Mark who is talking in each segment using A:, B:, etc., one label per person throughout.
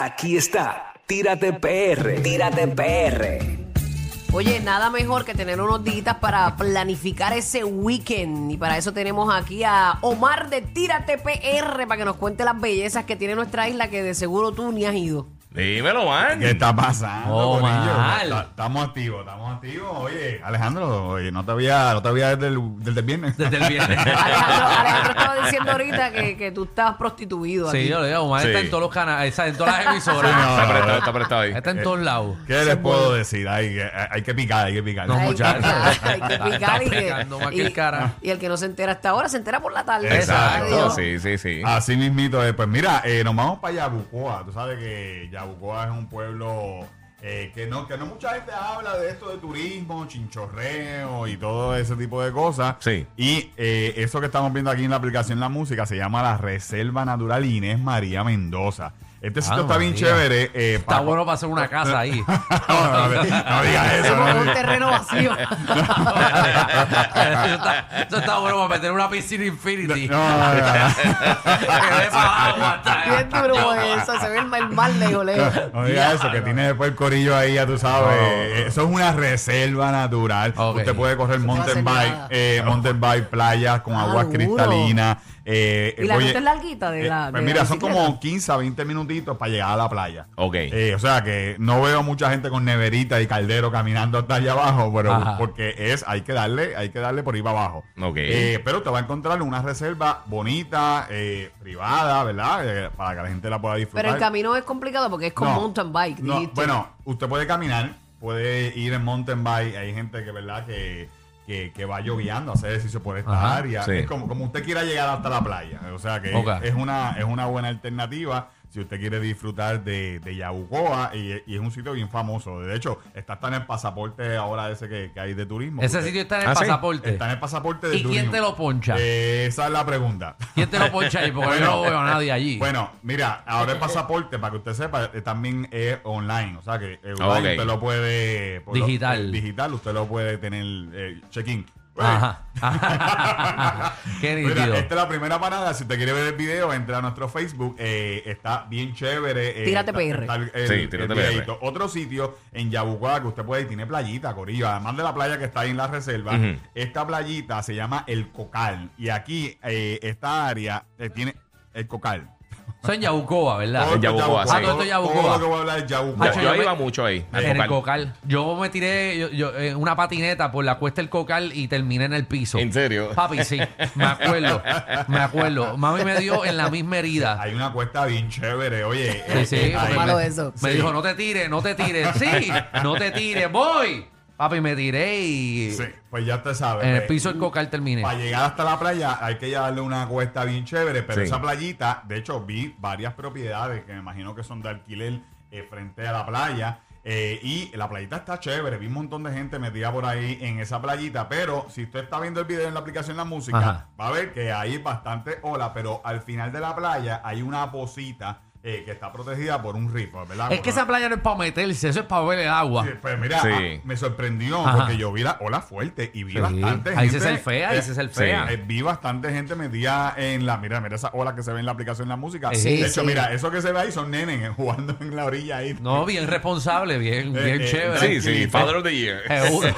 A: Aquí está. Tírate PR. Tírate PR.
B: Oye, nada mejor que tener unos días para planificar ese weekend. Y para eso tenemos aquí a Omar de Tírate PR para que nos cuente las bellezas que tiene nuestra isla que de seguro tú ni has ido.
C: Dímelo, man.
D: ¿Qué está pasando,
C: Oh,
D: corillo?
C: mal.
D: Ta- Estamos activos, estamos activos. Oye, Alejandro, oye, no te había, no te había desde el, desde el viernes.
E: Desde el viernes.
B: Alejandro, Alejandro estaba diciendo ahorita que, que tú estás prostituido
E: sí,
B: aquí.
E: yo lo digo, Omar está
C: Sí.
E: en todos los canales, está en todas las emisoras.
D: Sí, no.
C: Está prestado, está prestado ahí.
E: Está en todos lados.
D: ¿Qué les puedo decir? Hay, que- hay que picar, hay que picar.
E: No,
B: Hay que
E: muchachos.
B: picar, hay que picar y,
E: Está
B: que-
E: pegando más
B: y-
E: que el cara.
B: y el que no se entera hasta ahora se entera por la tarde.
C: Exacto.
B: Adiós.
C: Sí, sí, sí.
D: Así mismito. es. Pues mira, eh, nos vamos para Yabucoa. Tú sabes que Yabucoa es un pueblo eh, que, no, que no mucha gente habla de esto de turismo, chinchorreo y todo ese tipo de cosas.
C: Sí.
D: Y eh, eso que estamos viendo aquí en la aplicación La Música se llama la Reserva Natural Inés María Mendoza. Este sitio
E: Ah,
D: está bien
E: María.
D: chévere. eh,
E: Está
D: pa-
E: bueno para hacer una casa ahí.
D: no, no, no, no digas eso.
B: Como
D: no
B: un
D: digas-
B: terreno vacío.
E: eso, está, eso está bueno para meter una piscina infinity.
D: No, no, no, no.
E: Que dé para abajo hasta-
B: Bien duro eso. Se ve el mar, el mar lejos, lejos.
D: No digas eso, que tiene después el corillo ahí, ya tú sabes. Eh, Eso es una reserva natural.
E: Ok.
D: Usted puede correr
B: puede hacer
D: mountain
B: nada.
D: bike, eh, mountain bike, playas con
B: Ah,
D: aguas
B: duro.
D: cristalinas. eh,
B: Y la
D: oye,
B: ruta es larguita de
D: eh,
B: la.
D: pues
B: de la
D: mira, son
B: bicicleta.
D: como 15 a 20 minutitos para llegar a la playa.
C: Ok.
D: Eh, o sea que no veo mucha gente con neverita y caldero caminando hasta allá abajo, pero
E: Ajá.
D: porque es, hay que darle, hay que darle por ahí para abajo.
C: Ok.
D: Eh, pero te va a encontrar una reserva bonita, eh, privada, ¿verdad? Eh, para que la gente la pueda disfrutar.
B: Pero el camino es complicado porque es con
D: No,
B: mountain bike,
D: no,
B: dijiste.
D: bueno, usted puede caminar, puede ir en mountain bike. Hay gente que, ¿verdad? Que, que, que va lloviendo, hacer ejercicio por esta
E: Ajá,
D: área.
C: sí.
D: Es como, como usted quiera llegar hasta la playa. O sea que
E: Ok.
D: es, una, es una buena alternativa si usted quiere disfrutar de, de Yabucoa. Y, y es un sitio bien famoso. De hecho, está hasta en el pasaporte ahora ese que, que hay de turismo.
E: Ese
D: Usted-
E: sitio está en el
C: Ah, sí.
E: pasaporte.
D: Está en el pasaporte de
E: ¿Y
D: turismo.
E: quién te lo poncha?
D: Eh, esa es la pregunta.
E: ¿Quién te lo poncha ahí? Porque yo no veo a nadie allí.
D: Bueno, mira, ahora el pasaporte, para que usted sepa, eh, también es online. O sea que eh,
C: Ah,
D: online
C: ok.
D: usted lo puede. por lo-
E: Digital.
D: eh, digital, usted lo puede tener eh, check-in.
E: Ajá. Qué
D: Mira,
E: nítido.
D: esta es la primera parada. Si usted quiere ver el video, entra a nuestro Facebook. eh, está bien chévere. eh,
B: Tírate
D: está-
B: PR.
D: está el- el-
C: Sí,
D: el
C: tírate PR.
D: videíto. Otro sitio en Yabucoa que usted puede ir, tiene playita, Corillo. Además de la playa que está ahí en la reserva,
C: Ujú.
D: esta playita se llama El Cocal. Y aquí, eh, esta área eh, tiene El Cocal.
E: Eso en Yabucoa, ¿verdad?
D: Todo
C: en
D: esto es
C: Yabucoa, sí.
E: Ah, todo esto es Yabucoa.
D: Todo lo que voy a hablar es Yabucoa.
C: Yo,
E: Ah,
C: yo
E: yo
C: iba
E: me-
C: mucho ahí. al
E: En el
C: Cocal.
E: cocal. Yo me tiré yo, yo, en una patineta por la cuesta del cocal y terminé en el piso.
C: ¿En serio?
E: Papi, sí. Me acuerdo. Me acuerdo. Mami me dio en la misma herida.
D: Hay una cuesta bien chévere, oye.
E: Sí,
D: eh,
E: sí.
D: eh,
E: porque
D: ahí-
B: Malo
E: me,
B: eso.
E: me
D: Sí.
E: dijo, no te tires, no te tires. Sí, no te tires, voy. Papi, me tiré y
D: sí, pues ya te sabes.
E: en
D: eh,
E: el piso del cocal terminé.
D: Para llegar hasta la playa hay que llevarle una cuesta bien chévere, pero
C: Sí.
D: esa playita, de hecho, vi varias propiedades que me imagino que son de alquiler eh, frente a la playa. eh, y la playita está chévere, vi un montón de gente metida por ahí en esa playita, pero si usted está viendo el video en la aplicación La Música,
E: Ajá.
D: va a ver que hay bastante ola, pero al final de la playa hay una pocita eh, que está protegida por un riff, ¿verdad?
E: Es que
D: Por-
E: esa playa no es para meterse, eso es para ver el agua.
D: Sí, Pues mira,
C: Sí.
D: ah, me sorprendió
E: Ajá.
D: porque yo vi la ola fuerte y vi
E: Sí.
D: bastante
E: Ahí
D: gente.
E: se surfea, ahí
D: eh,
E: se surfea.
D: eh, vi bastante gente metida en la. Mira, mira esa ola que se ve en la aplicación de la música.
E: Sí,
D: de hecho,
B: sí.
D: mira, eso que se ve ahí son nenes eh, jugando en la orilla ahí.
E: No, bien responsable, bien,
D: Eh,
E: bien
D: eh,
E: chévere.
C: Sí, sí,
D: Tranquilito.
C: Father of the Year.
E: Seguro.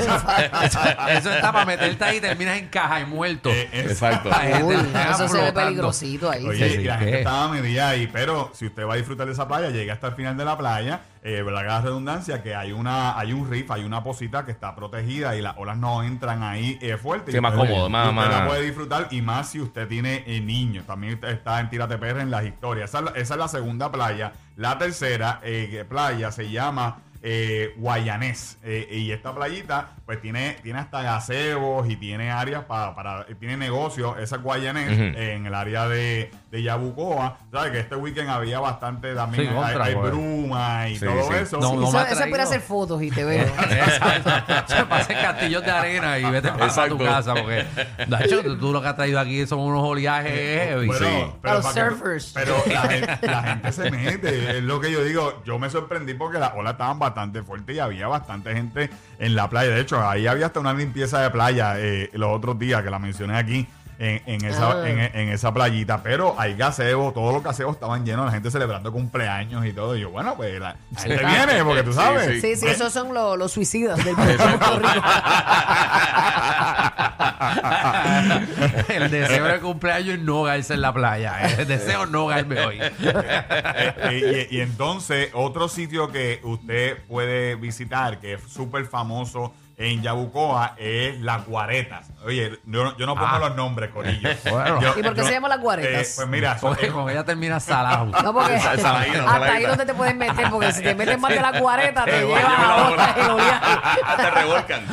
E: eso, eso está para meterte ahí y terminas en caja y muerto.
D: Eh, eh,
C: Exacto.
E: La gente
B: Uy,
E: está
B: eso se ve
E: flotando.
B: peligrosito ahí.
D: Oye,
E: Sí, sí,
D: y la
E: ¿qué?
D: gente estaba medida ahí, pero si usted va a disfrutar de esa playa, llegue hasta el final de la playa, eh, verdad que la redundancia, que hay una, hay un riff, hay una posita que está protegida y las olas no entran ahí eh, fuerte.
C: Sí,
D: Y
C: más
D: usted-
C: cómodo,
D: y
C: más-
D: usted
C: más-
D: la puede disfrutar y más si usted tiene eh, niños. También usted está en Tírate PR en las historias. Esa, es la- esa es la segunda playa. La tercera eh, playa se llama eh, Guayanés. Eh, y esta playita, pues, pues tiene, tiene hasta gazebos y tiene áreas para, para eh, tiene negocios, esa Guayanés, en el área de, de Yabucoa. ¿Sabes? Que este weekend había bastante también,
E: Sí,
D: hay-
E: contra,
D: hay,
E: pues.
D: bruma y
C: Sí,
D: todo
C: sí.
D: eso.
E: No,
B: Y
E: no me
B: eso,
E: ha
B: eso es para
E: traído.
B: hacer fotos y te veo.
D: eh.
E: Exacto. Se pasa en castillos de arena y vete para,
C: Exacto.
E: tu casa. Porque, de hecho, tú, tú lo que has traído aquí son unos oleajes heavy.
D: Eh, Bueno,
C: Sí.
D: pero,
B: Los
D: para que tú-
B: surfers.
D: pero la, gente, la gente se mete, es lo que yo digo. Yo me sorprendí porque las olas estaban bastante fuertes y había bastante gente en la playa. De hecho, ahí había hasta una limpieza de playa eh, los otros días que la mencioné aquí. En, en esa,
B: Ah.
D: en, en esa playita, pero hay gazebo, todos los gazebos estaban llenos, la gente celebrando cumpleaños y todo. Y yo, bueno, pues la, la gente viene, porque tú
C: Sí,
D: sabes.
C: sí.
B: Sí, sí, esos son los, los suicidas del pueblo de Puerto Rico.
E: el deseo de cumpleaños es no caerse en la playa. El deseo es no caerme hoy.
D: Eh, y, y entonces, otro sitio que usted puede visitar, que es súper famoso en Yabucoa, es Las Guaretas. Oye, yo, no- yo no pongo
E: Ah.
D: los nombres, Corillo.
E: Bueno.
D: Yo-
B: ¿Y por qué
D: yo-
B: se llama Las Guaretas?
D: eh, pues mira, eso-
E: Porque con ella termina salado.
B: No, porque
C: Esa- esa la ida, esa la
B: hasta ahí
C: ida.
B: donde te puedes meter, porque si te metes más de la 40 te
C: Eh, güey,
B: llevas
C: yo me la
B: a
C: voy
B: otra
C: a-
B: el
D: Ah,
B: oleaje.
C: Te revolcan.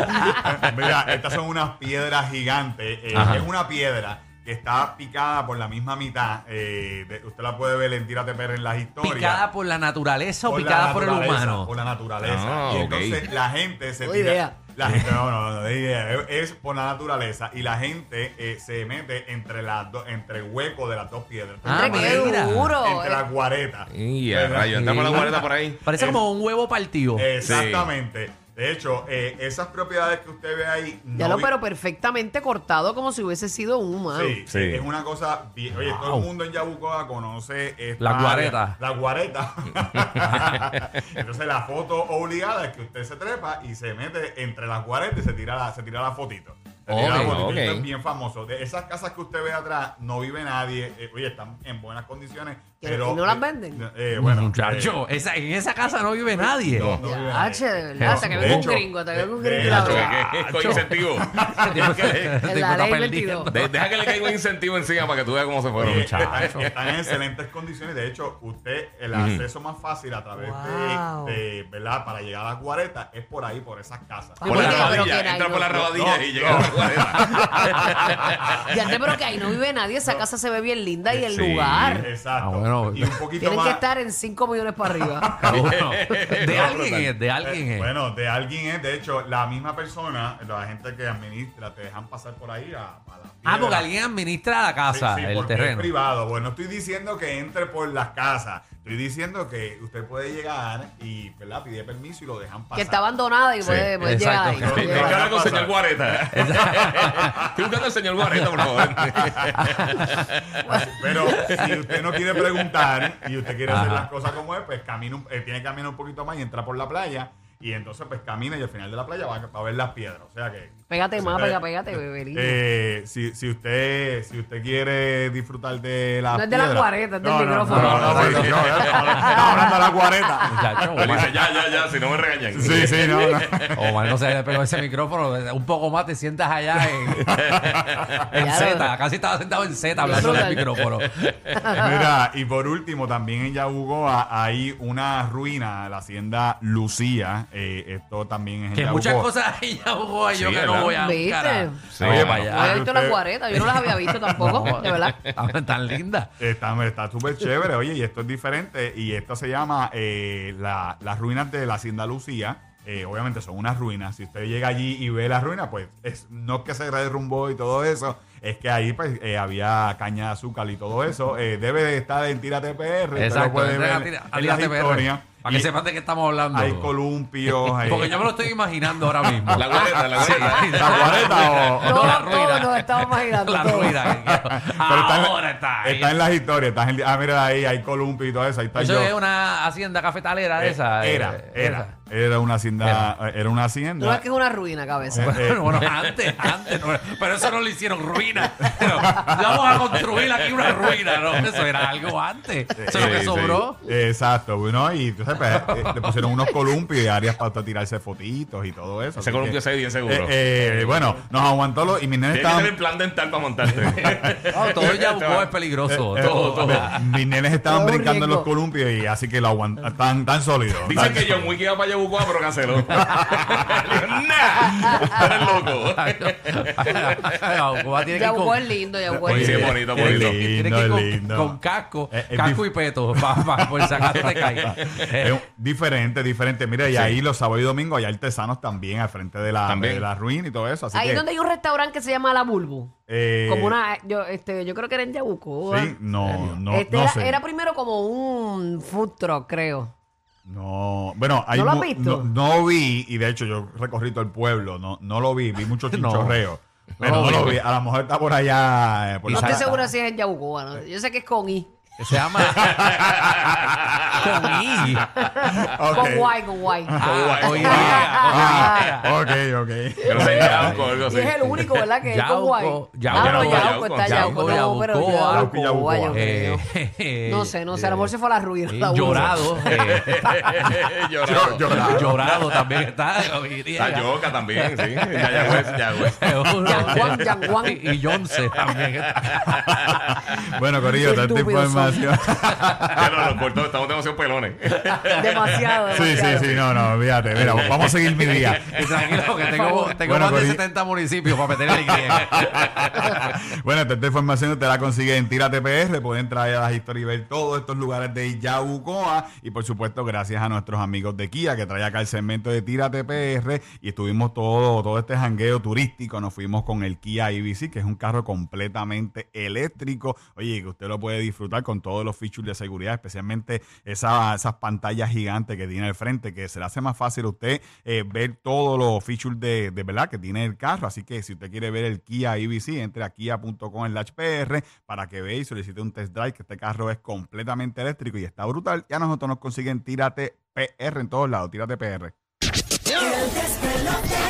D: Mira, estas son unas piedras gigantes. eh,
C: Ajá.
D: es una piedra que está picada por la misma mitad. eh, de- usted la puede ver en Tírate Perra en las historias.
E: ¿Picada por la naturaleza o
D: la
E: picada por el
D: naturaleza,
E: humano?
D: Por la naturaleza.
C: Ah,
D: y
C: ok.
D: entonces la gente se
B: No
D: tira.
B: idea.
D: La gente, no, no, no, no idea. Es- Es por la naturaleza. Y la gente eh, se mete entre las dos, entre el hueco de las dos piedras.
E: Ah,
D: Entre
B: Hombre, qué
E: mira.
B: duro. eh.
D: entre las guaretas.
C: Y a
D: ¿Verdad?
C: rayo, andamos la guareta por ahí.
E: Parece como un huevo partido.
D: Eh, Exactamente. De hecho, eh, esas propiedades que usted ve ahí.
B: Ya
D: no
B: lo,
D: vi-
B: pero perfectamente cortado como si hubiese sido un humano.
D: Sí,
C: Sí.
D: es una cosa. bien- Oye, todo
E: Wow.
D: el mundo en Yabucoa conoce. Esta
E: La guareta.
D: La guareta. Entonces, la foto obligada es que usted se trepa y se mete entre las guaretas y se tira la, se tira la fotito. Se tira la
C: Ok,
D: fotito.
C: ok.
D: Esto es bien famoso. De esas casas que usted ve atrás, no vive nadie. Eh, oye, están en buenas condiciones.
B: ¿Que-
D: Pero,
B: que no las venden?
D: Eh, eh, bueno, eh,
E: Muchacho, esa- en esa casa no vive nadie.
D: no, no vive
B: Ya,
D: nadie.
B: che, de verdad, hasta que
D: De
B: venga un
D: hecho,
B: gringo, hasta que venga un
D: de- de
B: gringo y la
D: hecho,
B: vea.
C: Que- que- que- con incentivo.
E: Este tipo- este tipo
B: la
E: está
B: ley
E: perdiendo.
B: 22.
C: De- deja que le caiga un incentivo encima para que tú veas cómo se fueron.
D: Oye,
C: muchachos.
D: están, están Eh, en excelentes condiciones. De hecho, usted, el acceso más fácil a través
B: Wow.
D: de, de, ¿verdad? Para llegar a las guaretas es por ahí, por esas casas.
B: Por
C: Por la
B: Pero que- pero
C: rabadilla,
B: que era
C: entra por la
B: yo-
C: rabadilla
D: no,
C: y llega a la guareta.
B: Y antes, pero que ahí no vive nadie, esa casa se ve bien linda y el
C: Sí.
B: lugar.
D: Exacto.
E: Ah, bueno.
D: y un poquito
B: Tienen
D: más.
B: que estar en 5 millones para arriba.
E: Bueno, de
C: No,
E: alguien
C: brutal.
E: es, de
D: eh,
E: alguien es.
D: Bueno, de alguien es, de hecho, la misma persona, la gente que administra, te dejan pasar por ahí a, a las
E: Ah, porque
D: piedras.
E: alguien administra la
D: Sí,
E: casa,
D: sí,
E: el
D: porque es
E: terreno.
D: privado. Bueno, no estoy diciendo que entre por las casas. Estoy diciendo que usted puede llegar y, ¿verdad? Pide permiso y lo dejan pasar.
B: que está abandonada y puede, puede llegar ahí.
E: exacto.
D: Sí,
C: Estoy
D: sí,
B: Llega.
D: claro.
C: buscando con el señor Guareta. Estoy buscando al señor Guareta, por favor.
D: Pero si usted no quiere preguntar y usted quiere hacer
E: Ajá.
D: las cosas como es, pues camina, un- eh, tiene que caminar un poquito más y entra por la playa. Y entonces, pues camina y al final de la playa va, va a ver las piedras. O sea que.
B: Pégate más,
D: Eh,
B: pega, pégate, bebería.
D: eh, si, si usted si usted quiere disfrutar de la
B: No es de las guaretas, es del micrófono.
D: No, no, no,
E: Exacto.
D: sí, yo, eh, estaba hablando de las guaretas.
E: Muchacho,
C: Le
E: Omar,
C: dice, ya, ya, ya, si no me regañan.
D: Sí, sí, no, no.
E: Omar no se le pegó ese micrófono. Un poco más te sientas allá en, en
B: Ya,
E: Z. Casi estaba sentado en Z hablando del micrófono.
D: Pues Mira, y por último, también en Yabugoa hay una ruina, la hacienda Lucía. eh, esto también es en
E: Que muchas
D: Yabucoa.
E: cosas ahí ya jugó yo
C: Sí,
E: que no
C: ¿verdad?
E: voy a
B: ¿Viste?
E: buscar.
C: Sí,
E: No,
C: oye,
D: mano.
E: para
B: Yo había
E: allá.
B: visto las 40, yo no las había visto tampoco,
E: No,
B: de verdad.
E: Tan, tan linda.
D: Está está súper chévere, oye, y esto es diferente. Y esto se llama eh, la- las ruinas de la Hacienda Lucía. Eh, obviamente son unas ruinas. Si usted llega allí y ve las ruinas, pues es, no es que se derrumbó y todo eso, es que ahí pues eh, había caña de azúcar y todo eso. Eh, debe de estar en Tírate PR. usted lo
E: Exacto.
D: puede
E: entrega
D: ver
E: tira-
D: en
E: tira
D: las
E: TPR,
D: historias.
E: Para que
D: Y
E: sepan de qué estamos hablando.
D: Hay columpios. eh, hay-
E: Porque yo me lo estoy imaginando ahora mismo.
C: La Guareta, la
E: Sí.
C: Guareta.
D: ¿La guareta o-
E: No,
B: Todos,
E: la
B: todos
E: ruina.
B: nos estamos imaginando.
E: La
B: todos.
E: ruina.
D: Pero está en la-
E: Ahora está. ahí.
D: está en las historias. Está en, ah, mira ahí, hay columpios y todo eso. Ahí está
E: Eso
D: yo.
E: es una hacienda cafetalera
D: Eh,
E: esa. eh,
D: era,
E: esa.
D: era, era una hacienda, era, una hacienda.
B: No es que es una ruina, cabeza.
D: Eh,
E: Bueno, bueno, antes, antes, no era- pero eso no lo hicieron ruina. Pero vamos a construir aquí una ruina, ¿no? Eso era algo antes. Eso es lo que
C: Sí, sí.
E: sobró.
D: Exacto, bueno, y entonces pues, eh, le pusieron unos columpios y áreas para tirarse fotitos y todo eso.
C: Ese
D: así
C: columpio
D: que,
C: se ve bien seguro.
D: eh, eh, bueno, nos aguantó los, y mis
C: Tienes
D: nenes
C: que
D: estaban,
C: tener plan dental para montarte.
E: Todo ya buscó es peligroso.
D: eh,
E: todo, todo.
D: mis nenes estaban
B: Todo un
D: brincando en los
B: riesgo.
D: columpios y así que lo aguantan tan, tan sólidos.
C: Dicen
D: tan
C: que
D: sólidos.
C: John Wick iba para allá Bucoa, pero canceló. Le digo, nah, eres loco.
D: eh,
E: Yabucoa tiene que ir
B: Yabucoa
E: con-
B: es lindo, Yabucoa
C: Oye,
B: es
C: sí,
B: lindo.
C: es bonito,
D: Qué
C: bonito.
D: lindo.
E: Tiene que ir con,
D: lindo.
E: con casco,
D: Eh, eh,
E: casco
D: dif-
E: y peto, pa, pa, por si acaso te caiga.
D: Es un- diferente, diferente. Mira, y ahí los sábados y domingos hay artesanos también al frente de la,
C: También.
D: de la ruina y todo eso. Así
B: Ahí
D: que,
B: donde hay un restaurante que se llama La Bulbu.
D: eh,
B: Como una, yo, este, yo creo que era en Yabucoa.
D: Sí, no, no,
B: Este
D: no
B: era,
D: sé.
B: era primero como un food truck, creo.
D: No, bueno, hay
B: ¿No lo has
D: mu-
B: visto?
D: No, no vi, y de hecho yo recorrí todo el pueblo, no, no lo vi, vi mucho chinchorreo. Pero
E: No
D: no,
E: lo
D: lo
E: vi.
D: vi, a lo mejor está por allá. eh, por
B: No
D: la
B: estoy
D: costa.
B: segura si es en Yabucoa. ¿no? Yo sé que es con I.
E: Que Eh, se llama. con I.
D: Ok.
B: Con Y, con Y.
E: Ah, con I.
D: Ah, ok, ok.
C: Pero se llama o algo
B: Y
C: así.
B: es el único, ¿verdad? Que es con Y.
E: Yauco, Yauco,
B: ah, no,
C: Yauco,
B: Yauco está
E: Yauco,
B: Yauco. No, pero
E: Yabucoa,
D: Yauco,
B: Yabucoa, yo
D: Yabucoa.
B: creo.
E: Eh,
B: No sé, no sé. A lo mejor se fue a la ruina.
E: eh,
B: la uno.
E: llorado. eh,
C: Llorado.
E: llorado también está. yo diría.
C: La yoca también, sí. Yayagüez, Yagüez.
E: Seguro.
B: Yanguán, Yanguán.
E: Y, y Yonce también está.
D: Bueno, Corillo,
B: Qué
D: tanta
B: estúpidos son.
D: información.
C: Ya no, los cortó, estamos demasiado pelones.
B: Demasiado.
D: sí, sí,
B: demasiado.
D: sí, no, no, fíjate, mira, vamos a seguir mi día.
E: Y tranquilo, que tengo, tengo
D: Bueno,
E: más de
D: Corillo.
E: 70 municipios para meter el Y.
D: bueno, esta, esta información usted la consigue en Tira TPR. Pueden traer a las historias y ver todos estos lugares de Yabucoa. Y por supuesto, gracias a nuestros amigos de Kia que trae acá el segmento de Tira TPR. Y estuvimos todo, todo este jangueo turístico. Nos fuimos con el Kia IBC, que es un carro completamente eléctrico. Oye, que usted lo puede disfrutar con todos los features de seguridad, especialmente esa- esas pantallas gigantes que tiene al frente, que se le hace más fácil a usted eh, ver todos los features de, de verdad que tiene el carro. Así que si usted quiere ver el Kia IBC, entre a kia.com slash PR para que vea y solicite un test drive, que este carro es completamente eléctrico y está brutal. Ya nosotros nos consiguen Tírate PR en todos lados, Tírate PR.
F: El despelote.